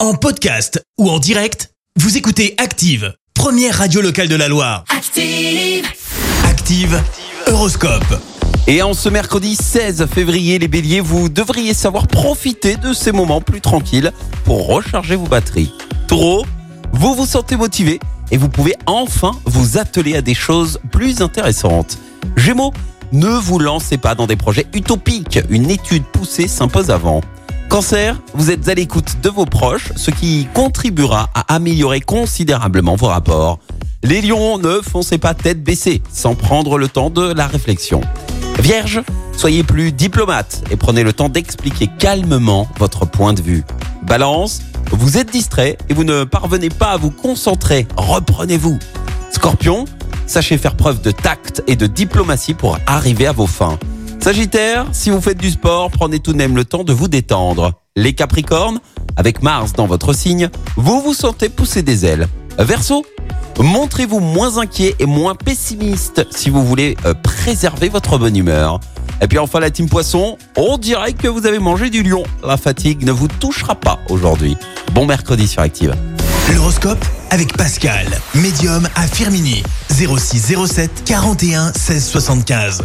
En podcast ou en direct, vous écoutez Active, première radio locale de la Loire. Active. Active, Horoscope. Et en ce mercredi 16 février, les béliers, vous devriez savoir profiter de ces moments plus tranquilles pour recharger vos batteries. Taureau, vous vous sentez motivé et vous pouvez enfin vous atteler à des choses plus intéressantes. Gémeaux, ne vous lancez pas dans des projets utopiques, une étude poussée s'impose avant. Cancer, vous êtes à l'écoute de vos proches, ce qui contribuera à améliorer considérablement vos rapports. Les lions, ne foncez pas tête baissée, sans prendre le temps de la réflexion. Vierge, soyez plus diplomate et prenez le temps d'expliquer calmement votre point de vue. Balance, vous êtes distrait et vous ne parvenez pas à vous concentrer, reprenez-vous. Scorpion, sachez faire preuve de tact et de diplomatie pour arriver à vos fins. Sagittaire, si vous faites du sport, prenez tout de même le temps de vous détendre. Les Capricornes, avec Mars dans votre signe, vous vous sentez pousser des ailes. Verseau, montrez-vous moins inquiet et moins pessimiste si vous voulez euh, préserver votre bonne humeur. Et puis enfin la team poisson, on dirait que vous avez mangé du lion. La fatigue ne vous touchera pas aujourd'hui. Bon mercredi sur Active. L'horoscope avec Pascal, médium à Firmini. 0607 41 16 75.